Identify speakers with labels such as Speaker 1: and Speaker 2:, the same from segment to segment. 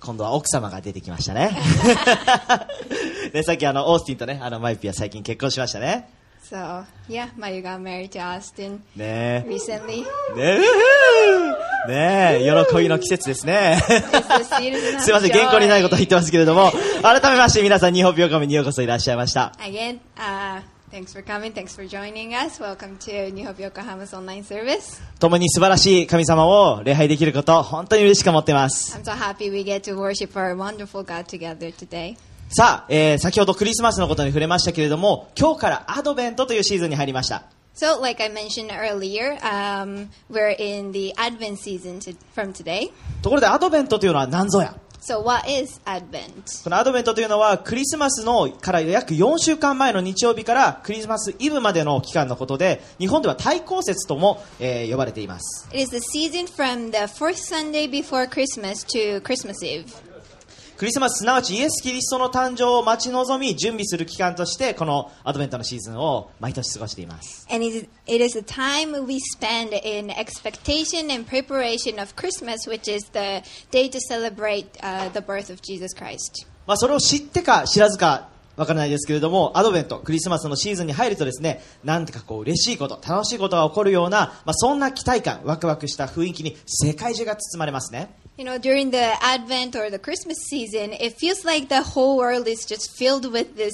Speaker 1: 今度は奥様が出てきました ね。ね、さっきあの、オースティンとね、あの、マイピーは最近結婚しましたね。
Speaker 2: So, yeah, Mayu got married to Austin
Speaker 1: ね
Speaker 2: recently.
Speaker 1: え。ねえ。ねえ、喜びの季節です ね。
Speaker 2: It's the season of
Speaker 1: すいません、原稿にないこと
Speaker 2: joy.
Speaker 1: 言ってますけれども、改めまして皆さん、日本病コミにようこそいらっしゃいました。
Speaker 2: Again, uh, thanks for coming. Thanks for joining us. Welcome to New Hope Yokohama's online service.
Speaker 1: 共に素晴らしい神様を礼拝できること、本当に嬉しく思ってます。
Speaker 2: I'm so happy we get to worship our wonderful God together today.
Speaker 1: さあ、えー先ほどクリスマスのことに触れましたけれども、今日からアドベントというシーズンに入りました。
Speaker 2: So, like I mentioned earlier, um, we're in the Advent season to, from today.
Speaker 1: ところで、アドベントというのは何ぞや
Speaker 2: So, what is Advent?
Speaker 1: このアドベントというのはクリスマスのから約4週間前の日曜日からクリスマスイブまでの期間のことで日本では対抗節とも、えー呼ばれています
Speaker 2: It is the season from the fourth Sunday before Christmas to Christmas Eve.
Speaker 1: クリスマスすなわちイエス・キリストの誕生を待ち望み準備する期間としてこのアドベントのシーズンを毎年過ごしています
Speaker 2: And it is, it is a time we spend in expectation and preparation of Christmas, which is the day to celebrate uh, the birth of Jesus Christ.
Speaker 1: まあ、それを知ってか知らずかわからないですけれどもアドベントクリスマスのシーズンに入るとですねなんてかこう嬉しいこと楽しいことが起こるような、まあ、そんな期待感ワクワクした雰囲気に世界中が包まれますね
Speaker 2: You know, during the Advent or the Christmas season, it feels like the whole world is just filled with this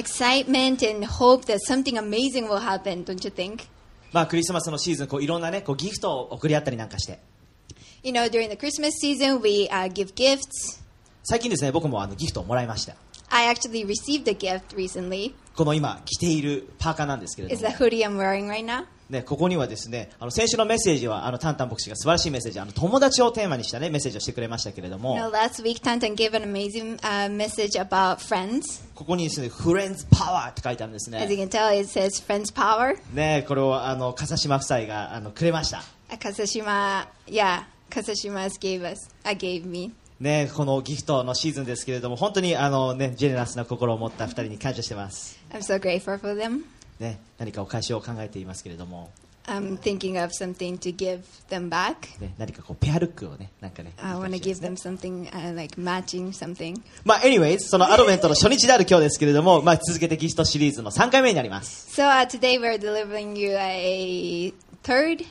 Speaker 2: excitement and hope that something amazing will happen, don't you think?
Speaker 1: まあ、クリスマスのシーズンこういろんな、ね、こうギフトを贈り合ったりなんかして
Speaker 2: You know, during the Christmas season, we uh, give gifts.
Speaker 1: 最近ですね僕もあのギフトをもらいました
Speaker 2: I actually received a gift recently.
Speaker 1: この今着ているパーカーなんですけれど
Speaker 2: It's
Speaker 1: も
Speaker 2: the、hoodie I'm wearing right now.
Speaker 1: ね、ここにはですねあの先週のメッセージはあのタンタン牧師が素晴らしいメッセージあの友達をテーマにした、ね、メッセージをしてくれましたけれど
Speaker 2: You know,
Speaker 1: も
Speaker 2: last week, Tantan gave an amazing uh, message about friends.
Speaker 1: ここにですね「フレンズパワー」って書いてあるんです
Speaker 2: As you
Speaker 1: ね
Speaker 2: can tell, it says Friends Power.
Speaker 1: ねこれをあの笠島夫妻があのくれました、
Speaker 2: Uh, Kasashima, yeah, Kasashima's gave us, uh, gave me.
Speaker 1: ね、このギフトのシーズンですけれども本当にあの、ね、ジェネラスな心を持った2人に感謝してます、
Speaker 2: I'm so grateful for them.
Speaker 1: ね、何かお返しを考えていますけれども
Speaker 2: I'm thinking of something to give them back.
Speaker 1: ね、何かこうペアルックをね、なんかね。
Speaker 2: I
Speaker 1: いい
Speaker 2: want
Speaker 1: か
Speaker 2: to
Speaker 1: もしれないです
Speaker 2: give
Speaker 1: ね
Speaker 2: them something uh, like matching something.
Speaker 1: まあ、anyways、そのアドベントの初日である今日ですけれども、まあ、続けてギフトシリーズの3回目になり ます。
Speaker 2: So uh, today we're delivering you a third,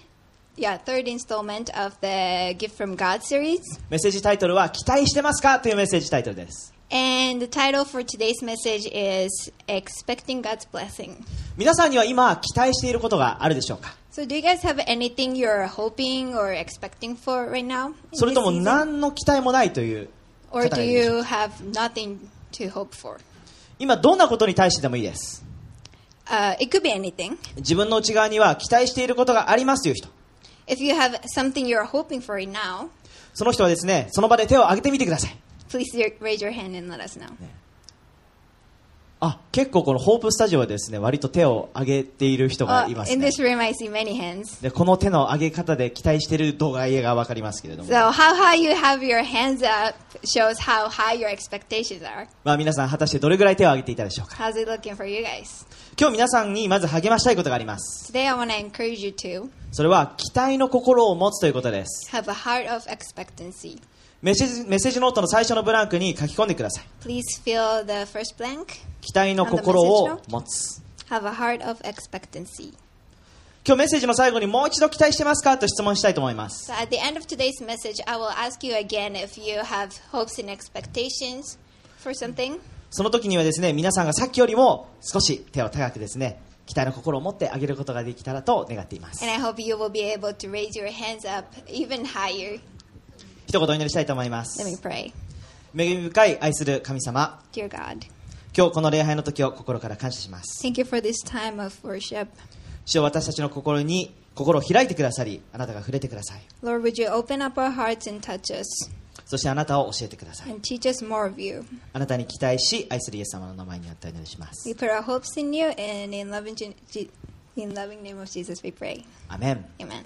Speaker 2: yeah, third installment of the Gift from God series.
Speaker 1: メッセージタイトルは、期待してますかというメッセージタイトルです。
Speaker 2: And the title for today's message is Expecting God's Blessing.
Speaker 1: 皆さんには今、期待していることがあるでしょうか
Speaker 2: So, do you guys have anything you're hoping or expecting for right now? in
Speaker 1: それ
Speaker 2: this
Speaker 1: とも
Speaker 2: season?
Speaker 1: 何の期待もないという方
Speaker 2: or
Speaker 1: が
Speaker 2: do
Speaker 1: いるでしょう
Speaker 2: you have nothing to hope for?
Speaker 1: 今、どんなことに対してでもいいです。
Speaker 2: Uh, it could be anything.
Speaker 1: 自分の内側には期待していることがありますという人。
Speaker 2: If you have something you're hoping for right now,
Speaker 1: その人はですね、その場で手を挙げてみてください。
Speaker 2: please y- raise your hand and let us know.
Speaker 1: あ、結構このホープスタジオはですね、割と手を挙げている人が
Speaker 2: Oh,
Speaker 1: います
Speaker 2: in
Speaker 1: ね
Speaker 2: this。room, I see many hands.
Speaker 1: でこの手の上げ方で期待している動画絵がわかりますけれども、
Speaker 2: So, how high you have your hands up shows how high your expectations are.
Speaker 1: まあ、皆さん果たしてどれぐらい手を挙げていたでしょうか
Speaker 2: How's it looking for you guys?
Speaker 1: 今日皆さんにまず励ましたいことがあります
Speaker 2: Today, I want to encourage you to
Speaker 1: それは期待の心を持つということです
Speaker 2: have a heart of expectancy.
Speaker 1: メッセージメッセージノートの最初のブランクに書き込んでください
Speaker 2: Please fill the first blank.
Speaker 1: 期待の心を持つ
Speaker 2: Have a heart of expectancy.
Speaker 1: 今日メッセージの最後にもう一度期待してますかと質問したいと思います
Speaker 2: So at the end of today's message, I will ask you again if you have hopes and expectations for something.
Speaker 1: その時にはですね皆さんがさっきよりも少し手を高くですね期待の心を持ってあげることができたらと願っています
Speaker 2: And I hope you will be able to raise your hands up even higher.
Speaker 1: 一言お祈りしたいと思いま
Speaker 2: Let me
Speaker 1: す
Speaker 2: pray.
Speaker 1: 恵み深い愛する神様
Speaker 2: Dear God,
Speaker 1: 今日この礼拝の時を心から感謝します。
Speaker 2: thank you for this time of worship.
Speaker 1: 主よ私たちの心に心を開いてくださり、あなたが触れてください。
Speaker 2: Lord, would you open up our hearts and touch us
Speaker 1: そしてあなたを教えてください。
Speaker 2: and teach us more of you?
Speaker 1: あなたに期待し、愛するイエス様の名前によってお祈りしま
Speaker 2: We
Speaker 1: す。
Speaker 2: put our hopes in you, and in loving, Je- Je- in loving name of Jesus, we pray.
Speaker 1: アメン。
Speaker 2: Amen.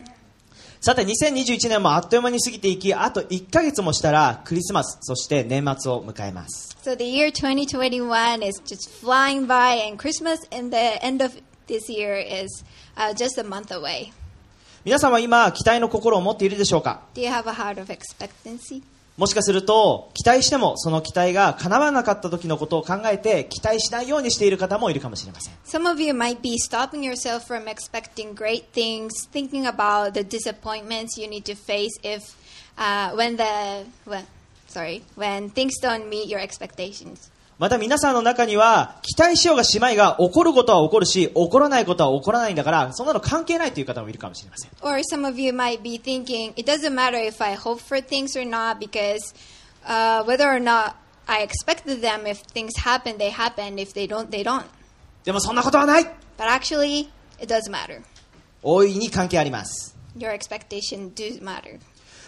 Speaker 1: さて、2021年もあっという間に過ぎていき、あと1ヶ月もしたらクリスマス、そして年末を迎えます。
Speaker 2: So the year 2021 is just flying by, and Christmas and the end of this year is uh, just a month away.
Speaker 1: 皆さんは今、期待の心を持っているでしょうか
Speaker 2: Do you have a heart of expectancy?
Speaker 1: もしかすると期待してもその期待が叶わなかった時のことを考えて期待しないようにしている方もいるかもしれません
Speaker 2: Some of you might be stopping yourself from expecting great things, thinking about the disappointments you need to face if, uh, when the, well, sorry, when things don't meet your expectations.
Speaker 1: また皆さんの中には期待しようがしまいが起こることは起こるし起こらないことは起こらないんだからそんなの関係ないという方もいるかもしれません
Speaker 2: Or some of you might be thinking, it doesn't matter if I hope for things or not because uh, whether or not I expected them, if things happen, they happen. If they don't, they don't.
Speaker 1: でもそんなことはない
Speaker 2: But actually, it does matter.
Speaker 1: 大いに関係あります
Speaker 2: Your expectation do matter.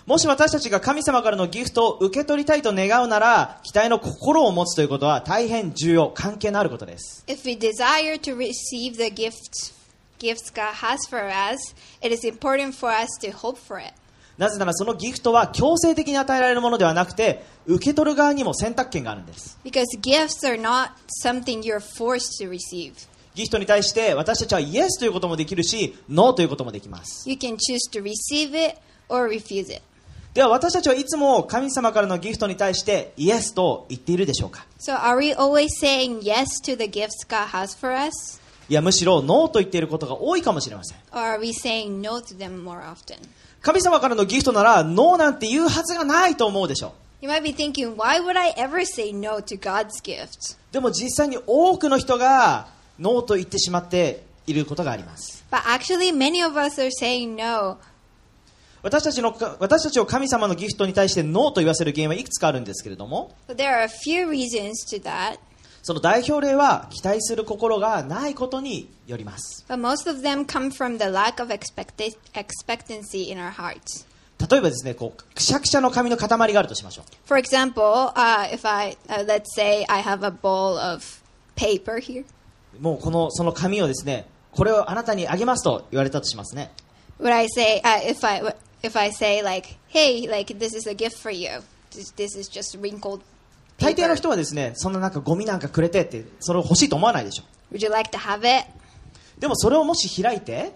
Speaker 1: もし私たちが神様からのギフトを受け取りたいと願うなら期待の心を持つということは大変重要関係のあることです
Speaker 2: If we desire to receive the gifts gifts God has for us, it is important for us to hope for it.
Speaker 1: なぜならそのギフトは強制的に与えられるものではなくて受け取る側にも選択権があるんです
Speaker 2: Because gifts are not something you're forced to receive.
Speaker 1: ギフトに対して私たちはイエスということもできるしノーということもできます
Speaker 2: You can choose to receive it or refuse it.
Speaker 1: では私たちはいつも神様からのギフトに対してイエスと言っているでしょうか
Speaker 2: So are we always saying yes to the gifts God has for us?
Speaker 1: いやむしろノーと言っていることが多いかもしれません
Speaker 2: Or are we saying no to them more often?
Speaker 1: 神様からのギフトならノーなんて言うはずがないと思うでしょう
Speaker 2: You might be thinking, why would I ever say no to God's gift?
Speaker 1: でも実際に多くの人がノーと言ってしまっていることがあります
Speaker 2: But actually, many of us are saying no
Speaker 1: 私たちの私たちを神様のギフトに対してノーと言わせる原因はいくつかあるんですけれども
Speaker 2: But there are a few reasons to that,
Speaker 1: その代表例は期待する心がないことによります
Speaker 2: but most of them come from the lack of expecta- expectancy in our hearts.
Speaker 1: 例えばですねこうくしゃくしゃの紙の塊があるとしましょう
Speaker 2: For example, uh, if I uh, let's say I have a ball of paper here.
Speaker 1: もうこのその紙をですねこれをあなたにあげますと言われたとしますね
Speaker 2: Would I say uh, if I if I say like, hey, like this is a gift for you. This, this is just wrinkled
Speaker 1: 大抵の
Speaker 2: paper.
Speaker 1: 人はですねそんななんかゴミなんかくれてってそれを欲しいと思わないでしょ
Speaker 2: Would you like to have it?
Speaker 1: でもそれをもし開いて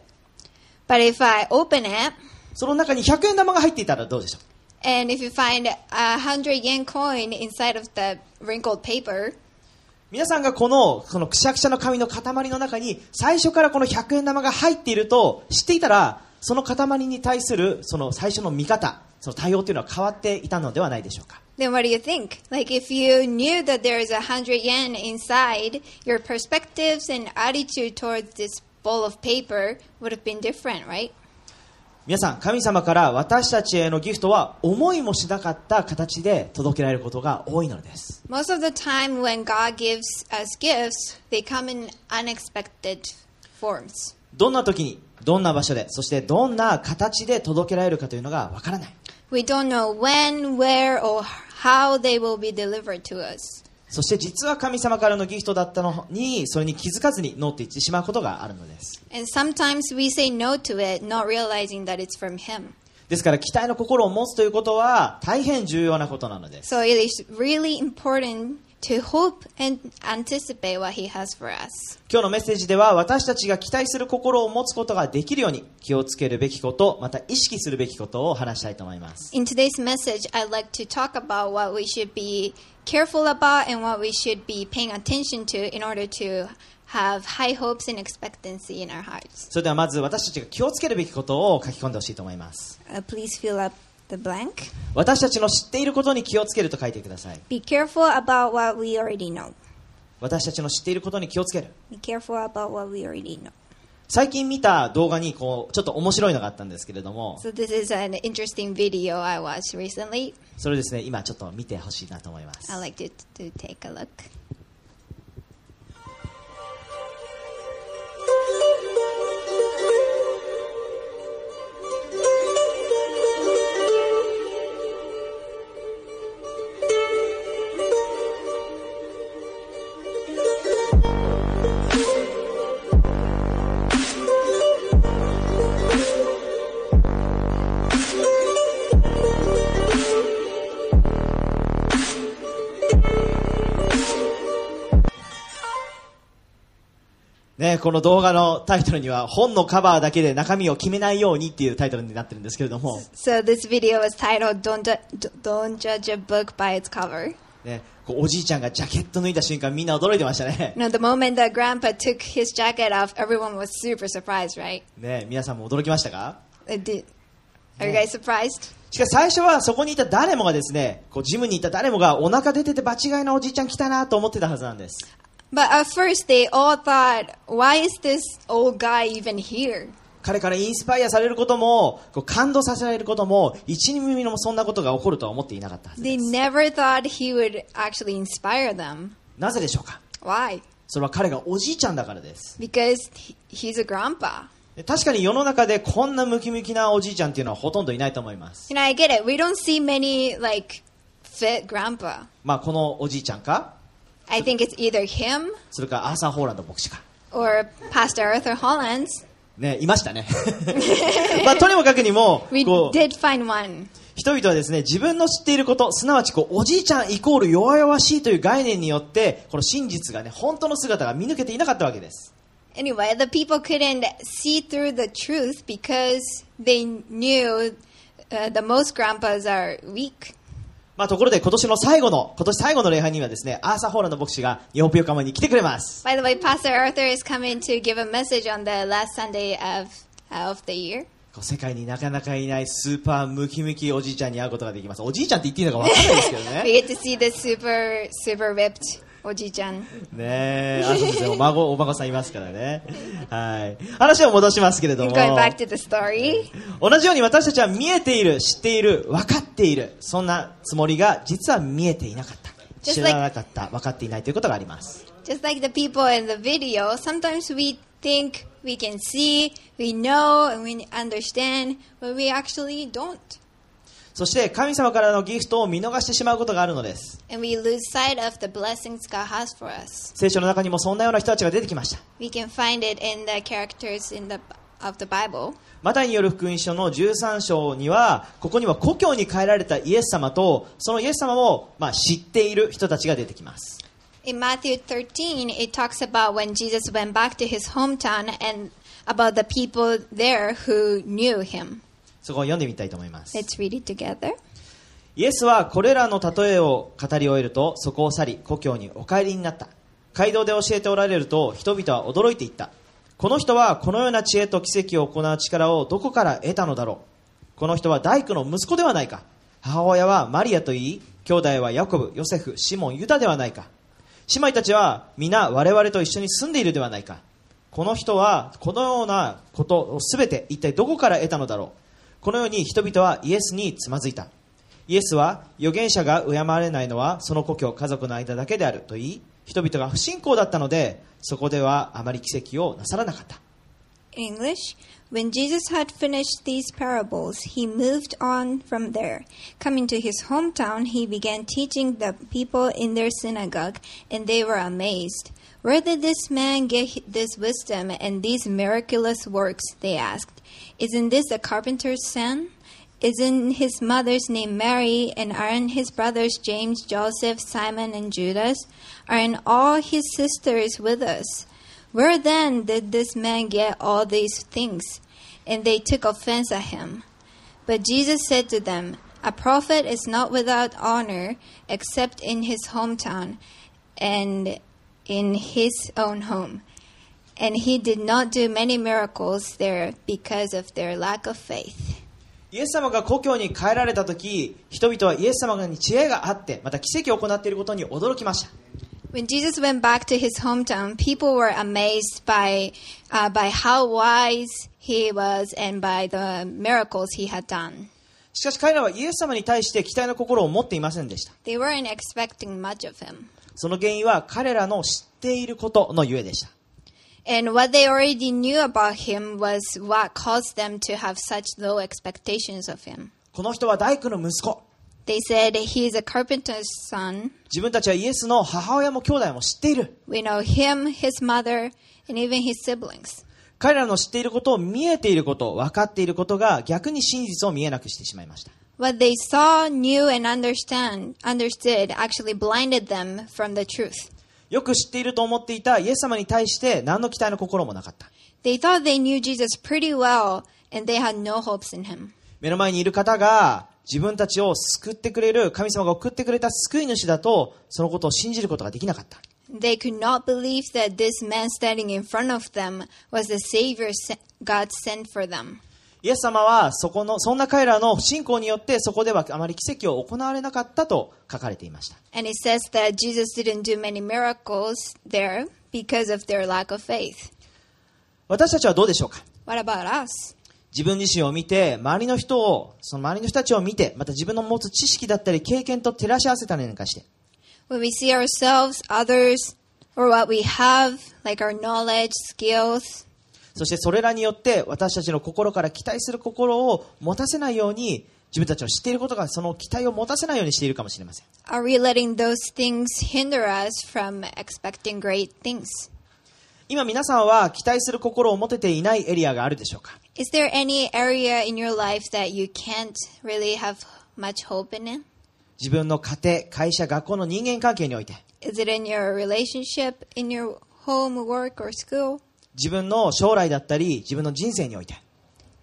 Speaker 2: But if I open it
Speaker 1: その中に100円玉が入っていたらどうでしょう
Speaker 2: and if you find a hundred yen coin inside of the wrinkled paper,
Speaker 1: 皆さんがこのこのくしゃくしゃの紙の塊の中に最初からこの100円玉が入っていると知っていたらその塊に対するその最初の見方その対応というのは変わっていたのではないでしょうか
Speaker 2: Then what do you think? Like, if you knew that there is a hundred yen inside, your perspectives and attitude towards this ball of paper would have been different, right?
Speaker 1: 皆さん神様から私たちへのギフトは思いもしなかった形で届けられることが多いのです
Speaker 2: Most of the time, when God gives us gifts, they come in unexpected forms.
Speaker 1: どんな時にどんな場所でそしてどんな形で届けられるかというのがわからない
Speaker 2: We don't know when, where, or how they will be delivered to us.
Speaker 1: そして実は神様からのギフトだったのにそれに気づかずにノーって言ってしまうことがあるのです
Speaker 2: And sometimes we say no to it, not realizing that it's from Him.
Speaker 1: ですから期待の心を持つということは大変重要なことなのです
Speaker 2: So it is really important to hope and anticipate what He has for us.
Speaker 1: 今日のメッセージでは私たちが期待する心を持つことができるように気をつけるべきことまた意識するべきことを話したいと思います
Speaker 2: In today's message, I'd like to talk about what we should be careful about and what we should be paying attention to in order to have high hopes and expectancy in our hearts.
Speaker 1: それではまず私たちが気をつけるべきことを書き込んでほしいと思います
Speaker 2: Uh, please fill up the blank.
Speaker 1: 私たちの知っていることに気をつけると書いてください
Speaker 2: Be careful about what we already know.
Speaker 1: 私たちの知っていることに気をつける
Speaker 2: Be careful about what we already know.
Speaker 1: 最近見た動画にこうちょっと面白いのがあったんですけれども
Speaker 2: So, this is an interesting video I watched recently.
Speaker 1: それをですね今ちょっと見てほしいなと思います
Speaker 2: I'd like you to take a look.
Speaker 1: えーこの動画のタイトルには本のカバーだけで中身を決めないようにっていうタイトルになってるんですけれども、
Speaker 2: So this video is titled "Don't Ju- Don't Judge a Book by Its Cover."
Speaker 1: ね、こうおじいちゃんがジャケット脱いだ瞬間みんな驚いてましたね
Speaker 2: You know, the moment that Grandpa took his jacket off, everyone was super surprised, right?
Speaker 1: ね皆さんも驚きましたか
Speaker 2: It did. Are you guys surprised?
Speaker 1: しかし最初はそこにいた誰もがですねこうジムにいた誰もがお腹出てて場違いなおじいちゃん来たなと思ってたはずなんです
Speaker 2: But at first, they all thought, "Why is this old guy even here?"
Speaker 1: 彼からインスパイアされることもこう感動させられることも一二耳もそんなことが起こるとは思っていなかったはず
Speaker 2: They never thought he would actually inspire them.
Speaker 1: なぜでしょうか
Speaker 2: Why?
Speaker 1: それは彼がおじいちゃんだからです
Speaker 2: Because he- he's a grandpa.
Speaker 1: 確かに世の中でこんなムキムキなおじいちゃんっていうのはほとんどいないと思います
Speaker 2: You know, I get it. We don't see many like fit grandpa.
Speaker 1: まあこのおじいちゃんか
Speaker 2: I think it's either him
Speaker 1: それかアーサー・ホーランド牧師か
Speaker 2: or Pastor Arthur Hollands.
Speaker 1: ね、いましたね。 まあ、とにもかくにも、
Speaker 2: We
Speaker 1: こう、
Speaker 2: did find one.
Speaker 1: 人々はですね、自分の知っていること、すなわちこう、おじいちゃんイコール弱々しいという概念によって、この真実がね、本当の姿が見抜けていなかったわけです。
Speaker 2: Anyway, the people couldn't see through the truth because they knew uh, the most grandpas are weak.
Speaker 1: まあ、ところで今年の最後の、今年最後の礼拝にはですね、アーサー・ホーランド牧師が日本ピオカマに来てくれます。
Speaker 2: By the way, Pastor Arthur is coming to give a message on the last Sunday of of the year.
Speaker 1: こう世界になかなかいないスーパームキムキおじいちゃんに会うことができます。おじいちゃんって言っていいのかわかんないですけど
Speaker 2: We
Speaker 1: ね。
Speaker 2: get to see the super super ripped Oji-chan.
Speaker 1: ねえ、あ、そうですねお孫、お孫さんいますからね。はい。話を戻しますけれど
Speaker 2: Going
Speaker 1: も。
Speaker 2: back to the story.
Speaker 1: 同じように私たちは見えている、知っている、分かっている、そんなつもりが実は見えていなかった。
Speaker 2: Just
Speaker 1: 知
Speaker 2: like-
Speaker 1: らなかった、分かっていないということがあります。
Speaker 2: Just like the people in the video, sometimes we think we can see, we know, and we understand, but we actually don't.
Speaker 1: そして神様からのギフトを見逃してしまうことがあるのです。
Speaker 2: And we lose sight of the blessings God has for us.
Speaker 1: 聖書の中にもそんなような人たちが出てきました。
Speaker 2: We can find it in the characters in the of the Bible.
Speaker 1: マタイによる福音書の13章には、ここには故郷に帰られたイエス様と、そのイエス様を、まあ、知っている人たちが出てきます。
Speaker 2: In Matthew 13, it talks about when Jesus went back to his hometown and about the people there who knew him.
Speaker 1: そこを読んでみたいと思います。
Speaker 2: Let's read it together.
Speaker 1: イエスはこれらの例えを語り終えるとそこを去り故郷にお帰りになった街道で教えておられると人々は驚いていったこの人はこのような知恵と奇跡を行う力をどこから得たのだろうこの人は大工の息子ではないか母親はマリアといい兄弟はヤコブヨセフシモンユダではないか姉妹たちは皆我々と一緒に住んでいるではないかこの人はこのようなことを全て一体どこから得たのだろうこのように人々はイエスにつまずいたイエスは預言者が敬われないのはその故郷家族の間だけであると言い人々が不信仰だったのでそこではあまり奇跡をなさらなかった
Speaker 2: English. When Jesus had finished these parables, he moved on from there. Coming to his hometown, he began teaching the people in their synagogue, and they were amazed. Where did this man get this wisdom and these miraculous works? They asked. Isn't this the carpenter's son? Isn't his mother's name Mary, and aren't his brothers James, Joseph, Simon, and Judas? Aren't all his sisters with us? Where then did this man get all these things? And they took offense at him. But Jesus said to them, A prophet is not without honor except in his hometown and in his own home. And he did not do many miracles there because of their lack of faith.
Speaker 1: イエス様が故郷に帰られた時人々はイエス様に知恵があってまた奇跡を行っていることに驚きました
Speaker 2: When Jesus went back to his hometown, people were amazed by, uh, by how wise he was and by the miracles he had done.
Speaker 1: しかし彼らはイエス様に対して期待の心を持っていませんでした
Speaker 2: They weren't expecting much of him.
Speaker 1: その原因は彼らの知っていることのゆえでした
Speaker 2: And what they already knew about him was what caused them to have such low expectations of him.
Speaker 1: この人は大工の息子
Speaker 2: They said, He is a carpenter's son.
Speaker 1: 自分たちはイエスの母親も兄弟も知っている
Speaker 2: We know him, his mother, and even his siblings.
Speaker 1: 彼らの知っていることを見えていること分かっていることが逆に真実を見えなくしてしまいました
Speaker 2: What they saw, knew, and understand, understood actually blinded them from the truth. よ
Speaker 1: よく知っていると思っていたイエス様に対して何の期待の心もなかった。
Speaker 2: They thought they knew Jesus pretty well, and they had no hopes in him.
Speaker 1: 目の前にいる方が自分たちを救ってくれる、神様が送ってくれた救い主だと、そのことを信じることができなかった。
Speaker 2: They could not believe that this man standing in front of them was the Savior se- God sent for them.
Speaker 1: イエス様はそこの、そんな彼らの信仰によってそこではあまり奇跡を行われなかったと書かれていました。
Speaker 2: And it says that Jesus didn't do many miracles there because of their lack of faith.
Speaker 1: 私たちはどうでしょうか
Speaker 2: What about us?
Speaker 1: 自分自身を見て、周りの人を、その周りの人たちを見て、また自分の持つ知識だったり経験と照らし合わせたりなんかして、
Speaker 2: When we see ourselves, others, or what we have, like our knowledge, skills,
Speaker 1: そしてそれらによって私たちの心から期待する心を持たせないように、自分たちの知っていることがその期待を持たせないようにしているかもしれません。
Speaker 2: are we letting those things hinder us from expecting great things?
Speaker 1: 今皆さんは期待する心を持てていないエリアがあるでしょうか
Speaker 2: Is there any area in your life that you can't really have much hope in it?
Speaker 1: 自分の家庭、会社、学校の人間関係において、
Speaker 2: Is it in your relationship, in your home, work, or school?
Speaker 1: 自分の将来だったり、自分の人生において、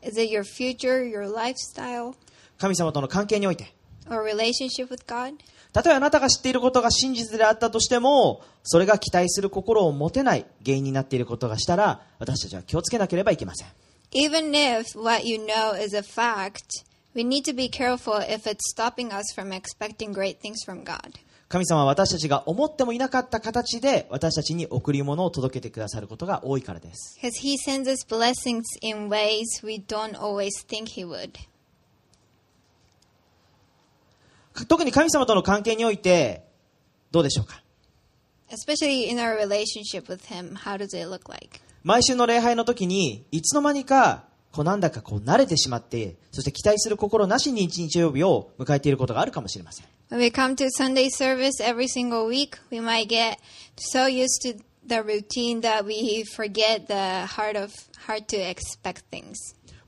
Speaker 2: Is it your future, your lifestyle,
Speaker 1: 神様との関係において、
Speaker 2: or relationship with God?
Speaker 1: たとえあなたが知っていることが真実であったとしても、それが期待する心を持てない原因になっていることがしたら、私たちは気をつけなければいけません。
Speaker 2: Even if what you know is a fact, we need to be careful if it's stopping us from expecting great things from God.
Speaker 1: 神様は私たちが思ってもいなかった形で私たちに贈り物を届けてくださることが多いからです。
Speaker 2: Because He sends us blessings in ways we don't always think He would.
Speaker 1: 特に神様との関係において、どうでしょうか
Speaker 2: Especially in our relationship with Him, how does it look like?
Speaker 1: 毎週の礼拝の時に、いつの間にか、こうなんだかこう慣れてしまって、そして期待する心なしに一日曜日を迎えていることがあるかもしれません。
Speaker 2: When we come to Sunday service every single week, we might get so used to the routine that we forget the heart of hard to expect things.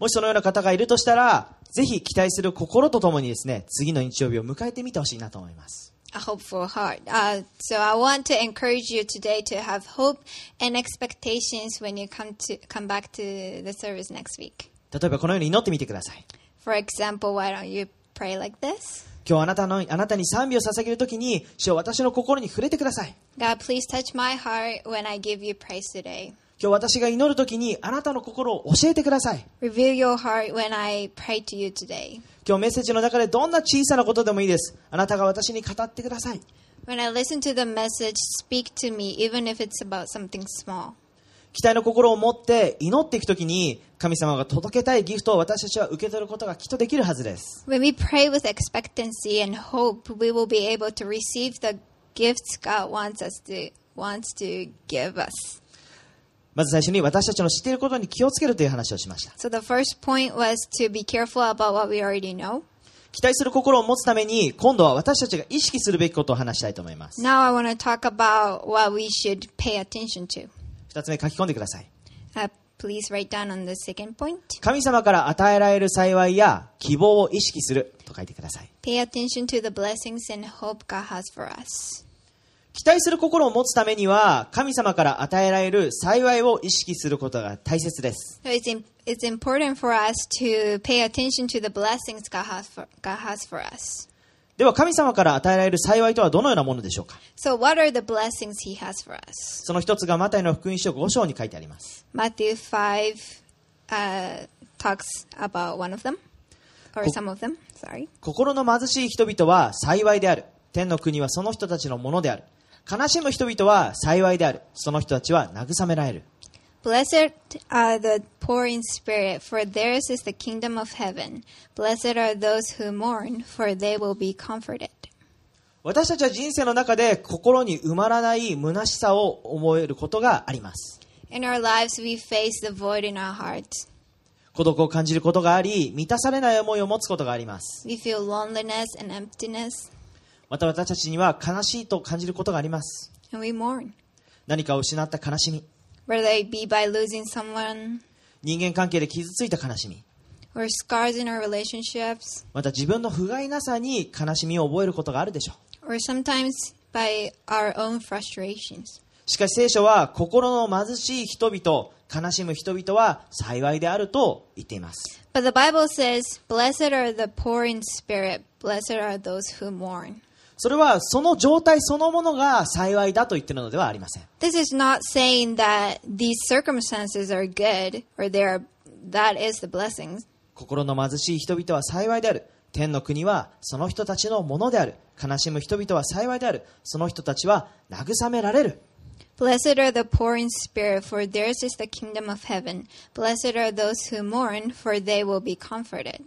Speaker 1: もしそのような方がいるとしたら、ぜひ期待する心とともにですね、次の日曜日を迎えてみてほしいなと思います。
Speaker 2: A hopeful heart. Uh, so I want to encourage you today to have hope and expectations when you come to come back to the service next week.
Speaker 1: 例えばこのように祈ってみてください。
Speaker 2: For example, why don't you pray like this?
Speaker 1: 今日あなたの、あなたに賛美を捧げるときに、主よ私の心に触れてください。
Speaker 2: God, please touch my heart when I give you praise today.
Speaker 1: 今日私が祈るときに、あなたの心を教えてください。
Speaker 2: Reveal your heart when I pray to you today.
Speaker 1: 今日メッセージの中でどんな小さなことでもいいです。あなたが私に語ってください。
Speaker 2: When I listen to the message, speak to me, even if it's about something small.
Speaker 1: 期待の心を持って祈っていくときに、神様が届けたいギフトを私たちは受け取ることがきっとできるはずです。
Speaker 2: When we pray with expectancy and hope, we will be able to receive the gifts God wants us to wants to give us.
Speaker 1: まず最初に私たちの知っていることに気をつけるという話をしました。
Speaker 2: So the first point was to be careful about what we already know.
Speaker 1: 期待する心を持つために、今度は私たちが意識するべきことを話したいと思います。
Speaker 2: Now I want to talk about what we should pay attention to.
Speaker 1: 二つ目書き込んでください。
Speaker 2: Uh, please write down on the second point.
Speaker 1: 神様から与えられる幸いや希望を意識すると書いてください。
Speaker 2: Pay attention to the blessings and hope God has for us.
Speaker 1: 期待する心を持つためには、神様から与えられる幸いを意識することが大切です。
Speaker 2: So it's im it's important for us to pay attention to the blessings God has for God has for us.
Speaker 1: では神様から与えられる幸いとはどのようなものでしょうか
Speaker 2: So what are the blessings He has for us?
Speaker 1: その一つがマタイの福音書5章に書いてあります。
Speaker 2: Matthew five uh, talks about one of them, or
Speaker 1: Oh.
Speaker 2: some of them. Sorry.
Speaker 1: 心の貧しい人々は幸いである。天の国はその人たちのものである。悲しむ人々は幸いである。その人たちは慰められる。
Speaker 2: Blessed are the poor in spirit, for theirs is the kingdom of heaven. Blessed are those who mourn, for they will be comforted.
Speaker 1: 私たちは人生の中で心に埋まらない虚しさを思えることがあります。
Speaker 2: In our lives, we face the void in our hearts.
Speaker 1: 孤独を感じることがあり、満たされない思いを持つことがあります。
Speaker 2: We feel loneliness and emptiness,
Speaker 1: また私たちには悲しいと感じることがあります。
Speaker 2: and we mourn.
Speaker 1: 何かを失った悲しみ、
Speaker 2: whether it be by losing someone
Speaker 1: 人間関係で傷ついた悲しみ、
Speaker 2: or scars in our relationships,
Speaker 1: また自分の不甲斐なさに悲しみを覚えることがあるでしょう。
Speaker 2: or sometimes by our own frustrations.
Speaker 1: しかし聖書は心の貧しい人々、悲しむ人々は幸いであると言っています。
Speaker 2: But the Bible says, Blessed are the poor in spirit, blessed are those who mourn.
Speaker 1: それはその状態そのものが幸いだと言っているのではありません。
Speaker 2: This is not saying that these circumstances are good or they are, that is the blessings.
Speaker 1: 心の貧しい人々は幸いである。天の国はその人たちのものである。悲しむ人々は幸いである。その人たちは慰められる。
Speaker 2: Blessed are the poor in spirit, for theirs is the kingdom of heaven. Blessed are those who mourn, for they will be comforted.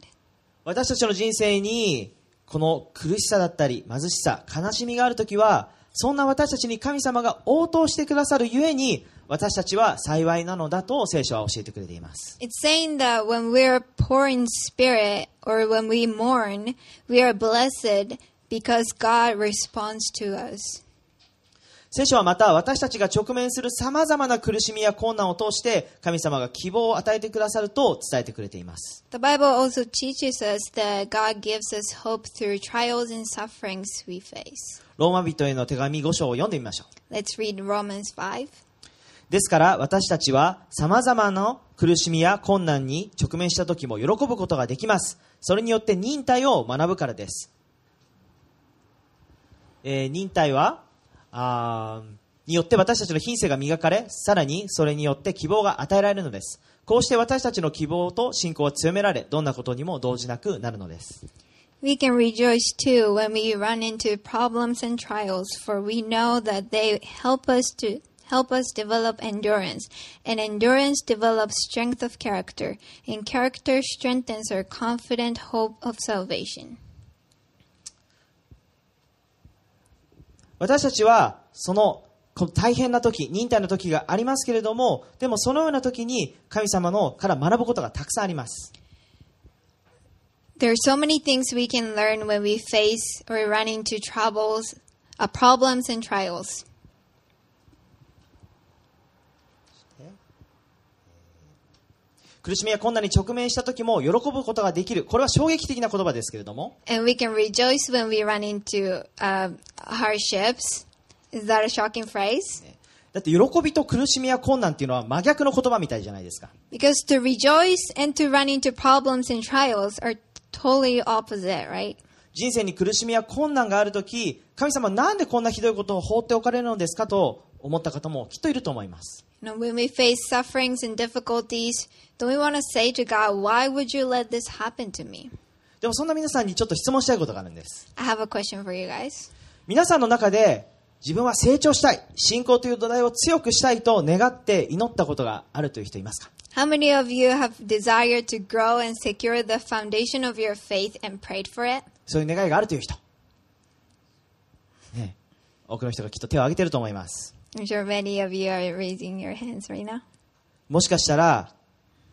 Speaker 1: 私たちの人生にこの苦しさだったり貧しさ悲しみがあるときはそんな私たちに神様が応答してくださるゆえに私たちは幸いなのだと聖書は教えてくれています
Speaker 2: It's saying that when we're poor in spirit or when we mourn, we are blessed because God responds to us.
Speaker 1: 聖書はまた私たちが直面するさまざまな苦しみや困難を通して神様が希望を与えてくださると伝えてくれています
Speaker 2: The Bible also teaches us that God gives us hope through trials and sufferings we face.
Speaker 1: ローマ人への手紙5章を読んでみましょう
Speaker 2: Let's read Romans 5.
Speaker 1: ですから私たちは様々な苦しみや困難に直面した時も喜ぶことができます。それによって忍耐を学ぶからです。えー忍耐はあーによって私たちの品性が磨かれ、さらにそれによって希望が与えられるのです。こうして私たちの希望と信仰は強められ、どんなことにも動じなくなるのです。
Speaker 2: We can rejoice too when we run into problems and trials, for we know that they help us to help us develop endurance, and endurance develops strength of character, and character strengthens our confident hope of salvation.
Speaker 1: 私たちはそのこ大変な時忍耐の時がありますけれどもでもそのような時に神様のから学ぶことがたくさんあります
Speaker 2: There are so many things we can learn when we face or run into troubles, uh, problems and trials.
Speaker 1: 苦しみや困難に直面した時も喜ぶことができるこれは衝撃的な言葉ですけれども
Speaker 2: And we can rejoice when we run into uh, hardships. Is that a shocking phrase?
Speaker 1: だって喜びと苦しみや困難っていうのは真逆の言葉みたいじゃないですか
Speaker 2: Because to rejoice and to run into problems and trials are totally opposite, right?
Speaker 1: 人生に苦しみや困難がある時神様なんでこんなひどいことを放っておかれるのですかと思った方もきっといると思います
Speaker 2: You know, when we face sufferings and difficulties, don't we want to say to God, why would you let this happen to me?
Speaker 1: でもそんな皆さんにちょっと質問したいことがあるんです
Speaker 2: I have a question for you guys.
Speaker 1: 皆さんの中で自分は成長したい信仰という土台を強くしたいと願って祈ったことがあるという人いますか
Speaker 2: How many of you have desired to grow and secure the foundation of your faith and prayed for it?
Speaker 1: そういう願いがあるという人、ねえ、多くの人がきっと手を挙げてると思います
Speaker 2: I'm sure many of you are raising your hands right now.
Speaker 1: もしかしたら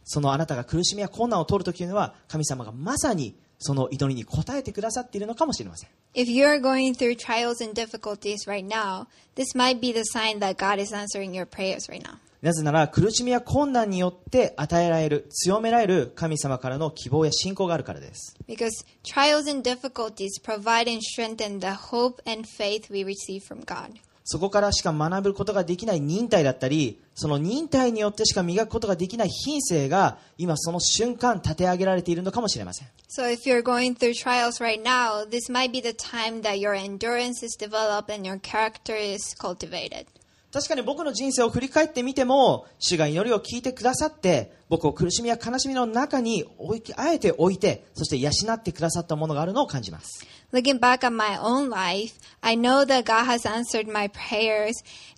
Speaker 1: そのあなたが苦しみや困難を通るときには神様がまさにその祈りに応えてくださっているのかもしれません
Speaker 2: If you're going through trials and difficulties right now, this might be the sign that God is answering your prayers right now.
Speaker 1: なぜなら苦しみや困難によって与えられる強められる神様からの希望や信仰があるからです
Speaker 2: Because trials and difficulties provide and strengthen the hope and faith we receive from God.
Speaker 1: そこからしか学ぶことができない忍耐だったり、その忍耐によってしか磨くことができない品性が、今その瞬間立て上げられているのかもしれません。
Speaker 2: So if you're going through trials right now, this might be the time that your endurance is developed and your character is cultivated.
Speaker 1: 確かに僕の人生を振り返ってみても、主が祈りを聞いてくださって、僕を苦しみや悲しみの中に置き、あえて置いて、そして養ってくださったものがあるのを感じます。
Speaker 2: Looking back at my own life, I know that God has answered my prayers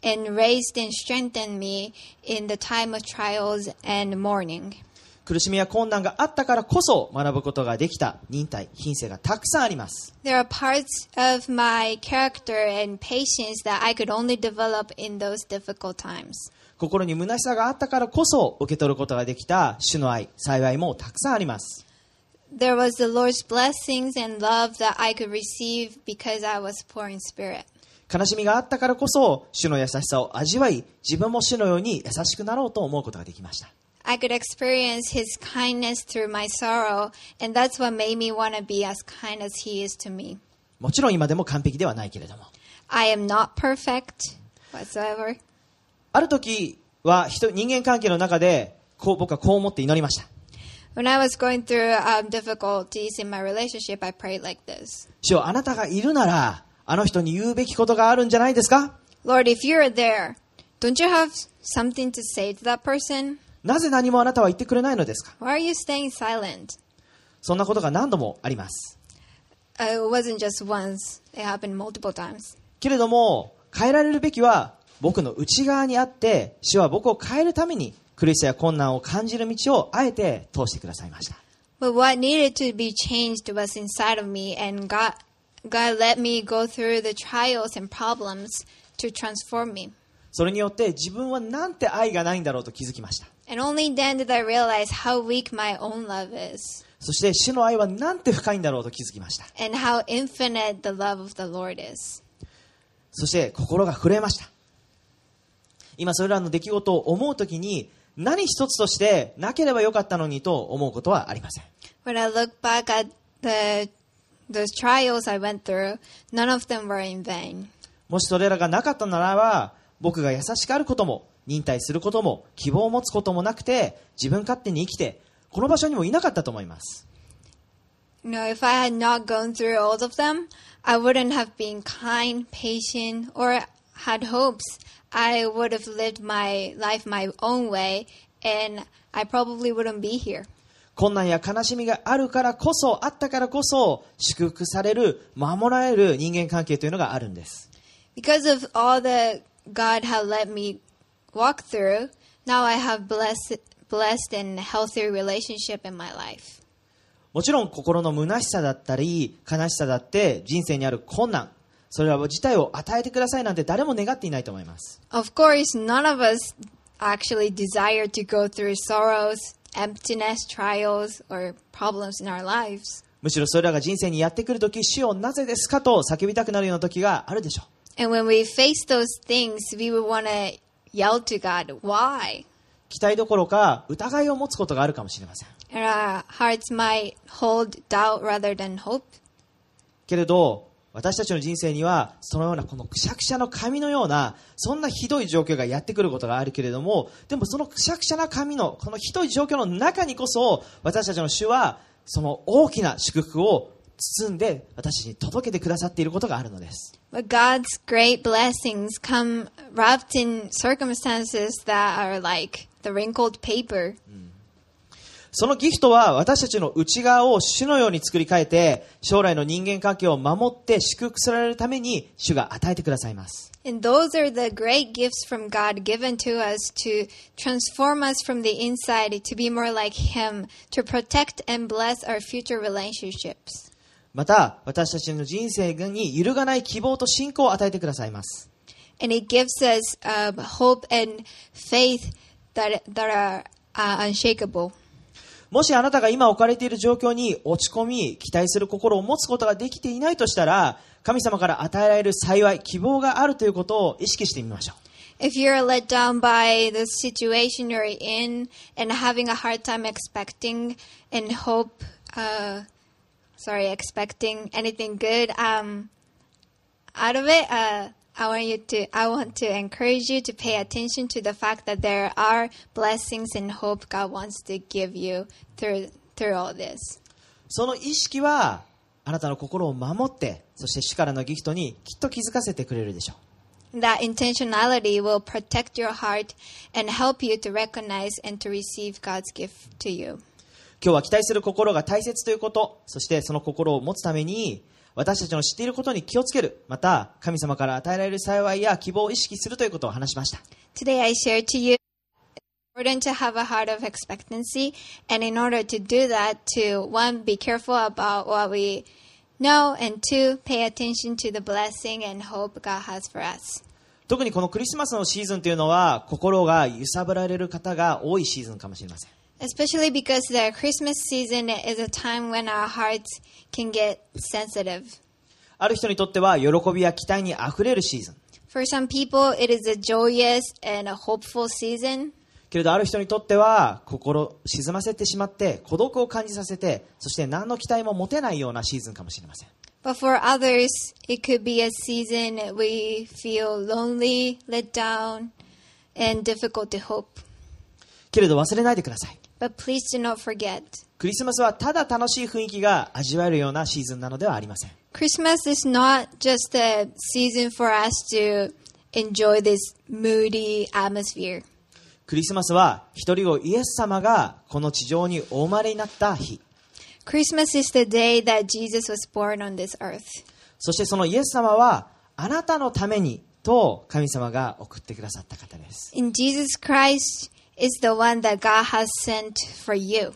Speaker 2: and raised and strengthened me in the time of trials and mourning.
Speaker 1: 苦しみや困難があったからこそ学ぶことができた忍耐、品性がたくさんあります。
Speaker 2: There are parts of my character and patience that I could only develop in those difficult times.
Speaker 1: 心に虚しさがあったからこそ受け取ることができた主の愛、幸いもたくさんあります。
Speaker 2: There was the Lord's blessings and love that I could receive because I was poor in spirit.
Speaker 1: 悲しみがあったからこそ主の優しさを味わい自分も主のように優しくなろうと思うことができました
Speaker 2: I could experience His kindness through my sorrow, and that's what made me want to be as kind as He is to me.
Speaker 1: もちろん今でも完璧ではないけれども
Speaker 2: I am not perfect whatsoever.
Speaker 1: ある時は人人間関係の中でこう僕はこう思って祈りました
Speaker 2: When I was going through um, difficulties in my relationship, I prayed like this
Speaker 1: 主よあなたがいるならあの人に言うべきことがあるんじゃないですか
Speaker 2: Lord, if you're there, don't you have something to say to that person?
Speaker 1: なぜ何もあなたは言ってくれないのですか
Speaker 2: Why are you staying silent?
Speaker 1: そんなことが何度もあります。
Speaker 2: Uh, it wasn't just once, it happened multiple times.
Speaker 1: けれども、変えられるべきは僕の内側にあって、主は僕を変えるために苦しさや困難を感じる道をあえて通してくださいました。
Speaker 2: But what needed to be changed was inside of me, and God, God let me go through the trials and problems to transform me.
Speaker 1: それによって自分はなんて愛がないんだろうと気づきました。
Speaker 2: And only then did I realize how weak my own love is
Speaker 1: そして主の愛はなんて深いんだろうと気づきました。
Speaker 2: and how infinite the love of the Lord is.
Speaker 1: そして心が震えました。今それらの出来事を思うときに何一つとしてなければよかったのにと思うことはありません。
Speaker 2: When I look back at the the trials I went through, none of them were in vain.
Speaker 1: もしそれらがなかったならば、僕が優しくあることも、忍耐することも、希望を持つこともなくて、自分勝手に生きて、この場所にもいなかったと思います。
Speaker 2: You know, if I had not gone through all of them, I wouldn't have been kind, patient, or had hopes. I would have lived my life my own way, and I probably wouldn't be here.
Speaker 1: 困難や悲しみがあるからこそ、あったからこそ、祝福される、守られる人間関係というのがあるんです。
Speaker 2: Because of all that God had let me walk through, now I have blessed, blessed and healthy relationship in my life.
Speaker 1: もちろん心の虚しさだったり、悲しさだって、人生にある困難、それら自体を与えてくださいなんて誰も願っていないと思います。
Speaker 2: Of course, none of us actually desire to go through sorrows, emptiness, trials, or problems in our lives.
Speaker 1: むしろそれらが人生にやってくるとき、死をなぜですかと叫びたくなるような時があるでしょう。
Speaker 2: And when we face those things, we would want to yell to God, why?
Speaker 1: 期待どころか疑いを持つことがあるかもしれません
Speaker 2: And our hearts might hold doubt rather than hope.
Speaker 1: けれど私たちの人生にはそのようなこのくしゃくしゃの紙のようなそんなひどい状況がやってくることがあるけれどもでもそのくしゃくしゃな紙のこのひどい状況の中にこそ私たちの主はその大きな祝福を包んで私たちに届けてくださっていることがあるのです
Speaker 2: But God's great blessings come wrapped in circumstances that are like the wrinkled paper.
Speaker 1: そのギフトは私たちの内側を主のように作り変えて将来の人間関係を守って祝福されるために主が与えてくださいます
Speaker 2: And those are the great gifts from God given to us to transform us from the inside to be more like Him, to protect and bless our future relationships.
Speaker 1: また私たちの人生に揺るがない希望と信仰を与えてくださいます
Speaker 2: And it gives us um, hope and faith that, that are uh, unshakable.
Speaker 1: もしあなたが今置かれている状況に落ち込み期待する心を持つことができていないとしたら神様から与えられる幸い希望があるということを意識してみましょう
Speaker 2: If you're let down by the situation you're in and having a hard time expecting and hope, uh, sorry, expecting anything good um, out of it, uh, I want you to, I want to encourage you to pay attention to the fact that there are blessings and hope God wants to give you through through all this.
Speaker 1: その意識はあなたの心を守ってそして主からのギフトにきっと気づかせてくれるでしょう
Speaker 2: That intentionality will protect your heart and help you to recognize and to receive God's gift to you.
Speaker 1: 今日は期待する心が大切ということそしてその心を持つために私たちの知っていることに気をつけるまた神様から与えられる幸いや希望を意識するということを話しました
Speaker 2: Today I share to you it's important to have a heart of expectancy and in order to do that to one be careful about what we know and two pay attention to the blessing and hope God has for us.
Speaker 1: 特にこのクリスマスのシーズンというのは心が揺さぶられる方が多いシーズンかもしれません
Speaker 2: Especially because the Christmas season is a time when our hearts can get sensitive.
Speaker 1: ある人にとっては喜びや期待にあふれるシーズン
Speaker 2: For some people, it is a joyous and a hopeful season.
Speaker 1: けれどある人にとっては心を沈ませてしまって孤独を感じさせてそして何の期待も持てないようなシーズンかもしれません
Speaker 2: But for others, it could be a season we feel lonely, let down, and difficult to hope.
Speaker 1: けれど忘れないでください
Speaker 2: But please do not forget
Speaker 1: クリスマスはただ楽しい雰囲気が味わえるようなシーズンなのではありません
Speaker 2: Christmas is not just a season for us to enjoy this moody atmosphere.
Speaker 1: クリスマスは一人子イエス様がこの地上にお生まれになった日
Speaker 2: Christmas is the day that Jesus was born on this earth.
Speaker 1: そしてそのイエス様はあなたのためにと神様が送ってくださった方です
Speaker 2: And Jesus Christ is the one that God has sent for you.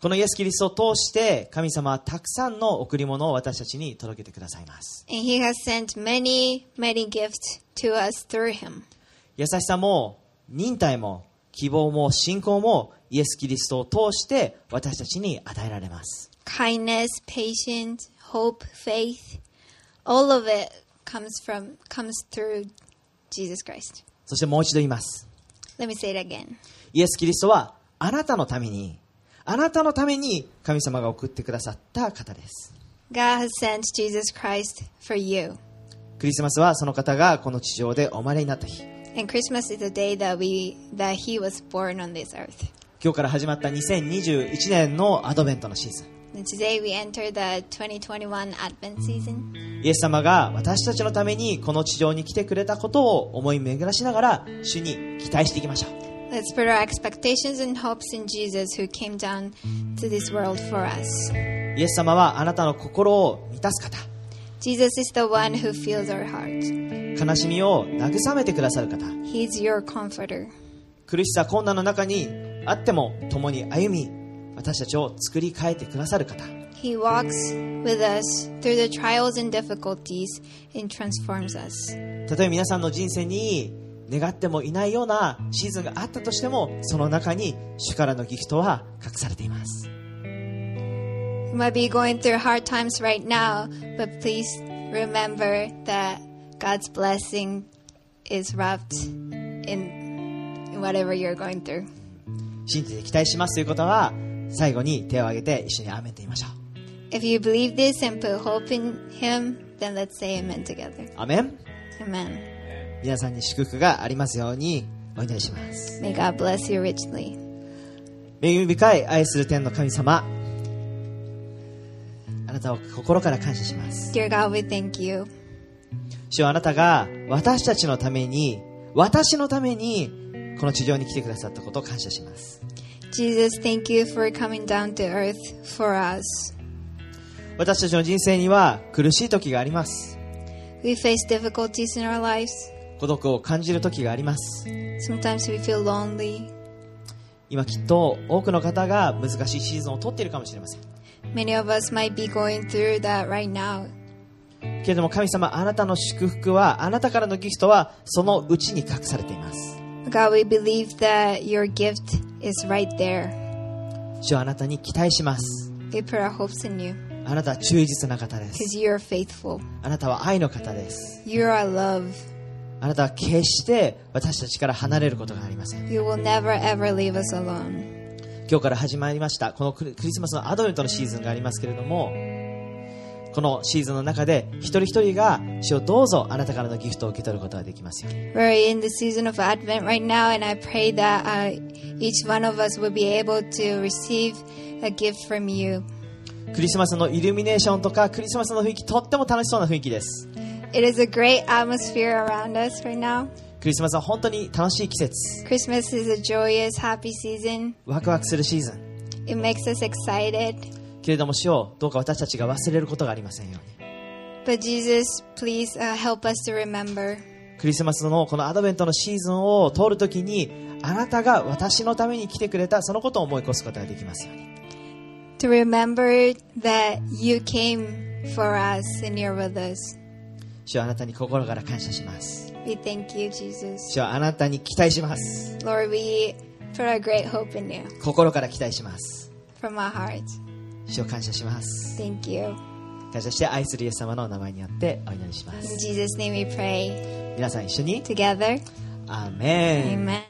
Speaker 1: このイエス・キリストを通して神様はたくさんの贈り物を私たちに届けてくださいます
Speaker 2: And He has sent many, many gifts to us through Him.
Speaker 1: 優しさも忍耐も希望も信仰もイエス・キリストを通して私たちに与えられます
Speaker 2: Kindness, patience, hope, faith. All of it comes from comes through Jesus Christ.
Speaker 1: そしてもう一度言います
Speaker 2: Let me say it again.
Speaker 1: イエス・キリストはあなたのためにあなたのために神様が送ってくださった方です
Speaker 2: God has sent Jesus Christ for you.
Speaker 1: クリスマスはその方がこの地上でお生まれになった日
Speaker 2: And Christmas is the day that we that he was born on this earth.
Speaker 1: 今日から始まった2021年のアドベントのシーズ
Speaker 2: And today we enter the 2021 Advent season.
Speaker 1: ンイエス様が私たちのためにこの地上に来てくれたことを思い巡らしながら主に期待していきましょう
Speaker 2: Let's put our expectations and hopes in Jesus who came down to this world for us.
Speaker 1: イエス様はあなたの心を満たす方
Speaker 2: Jesus is the one who fills our heart.
Speaker 1: 悲しみを慰めてくださる方
Speaker 2: He's your comforter.
Speaker 1: 苦しさ困難の中にあっても共に歩み私たちを作り変えてくださる方
Speaker 2: He walks with us through the trials and difficulties and transforms us.
Speaker 1: たとえ皆さんの人生に願ってもいないようなシーズンがあったとしてもその中に主からのギフトは隠されています
Speaker 2: You might be going through hard times right now, but please remember that God's blessing is wrapped in, in whatever you're going through.
Speaker 1: 信じて期待しますということは最後に手を挙げて一緒にアーメンと言いましょ
Speaker 2: If you believe this and put hope in Him, then let's say Amen together.
Speaker 1: うアーメン
Speaker 2: Amen.
Speaker 1: 皆さんに祝福がありますようにお祈りします
Speaker 2: May God bless you richly.
Speaker 1: 恵み深い愛する天の神様あなたを心から感謝します
Speaker 2: Dear God, we thank you.
Speaker 1: 主よあなたが私たちのために私のためにこの地上に来てくださったことを感謝します
Speaker 2: Jesus, thank you for coming down to earth for us.
Speaker 1: 私たちの人生には苦しい時があります
Speaker 2: We face difficulties in our lives.
Speaker 1: 孤独を感じる時があります
Speaker 2: Sometimes we feel lonely.
Speaker 1: 今きっと多くの方が難しいシーズンを取っているかもしれません
Speaker 2: Many of us might be going through that right now.
Speaker 1: けれども神様あなたの祝福はあなたからのギフトはそのうちに隠されています
Speaker 2: God, we believe that your gift is right there.
Speaker 1: 主よあなたに期待します
Speaker 2: We put our hopes in you
Speaker 1: あなたは忠実な方で
Speaker 2: because
Speaker 1: す
Speaker 2: you are faithful.
Speaker 1: あなたは愛の方です
Speaker 2: You are love.
Speaker 1: あなたは決して私たちから離れることがありません
Speaker 2: You will never ever leave us alone.
Speaker 1: 今日から始まりましたこのクリクリスマスのアドベントのシーズンがありますけれどもこのシーズンの中で一人一人が主をどうぞあなたからのギフトを受け取ることができますように
Speaker 2: We're in the season of Advent right now, and I pray that uh, each one of us will be able to receive a gift from you.
Speaker 1: クリスマスのイルミネーションとかクリスマスの雰囲気とっても楽しそうな雰囲気です
Speaker 2: It is a great atmosphere around us right now.
Speaker 1: クリスマスは本当に楽しい季節
Speaker 2: Christmas is a joyous, happy season.
Speaker 1: ワクワクするシーズン
Speaker 2: It makes us excited.
Speaker 1: けれども主をどうか私たちが忘れることがありませんように
Speaker 2: But Jesus, please uh, help us to remember.
Speaker 1: クリスマスのこのアドベントのシーズンを通るときにあなたが私のために来てくれたそのことを思い起こすことができますように
Speaker 2: to remember that you came for us and you're with us.
Speaker 1: 主はあなたに心から感謝します
Speaker 2: We thank you, Jesus.
Speaker 1: 主はあなたに期待します
Speaker 2: Lord, we put our great hope in you
Speaker 1: 心から期待します
Speaker 2: from our hearts.
Speaker 1: 主を感謝します
Speaker 2: Thank you.
Speaker 1: 感謝して愛するイエス様のお名前によってお祈りしま
Speaker 2: In
Speaker 1: す
Speaker 2: Jesus' name we pray.
Speaker 1: 皆さん一緒に
Speaker 2: Together,
Speaker 1: アーメン
Speaker 2: amen.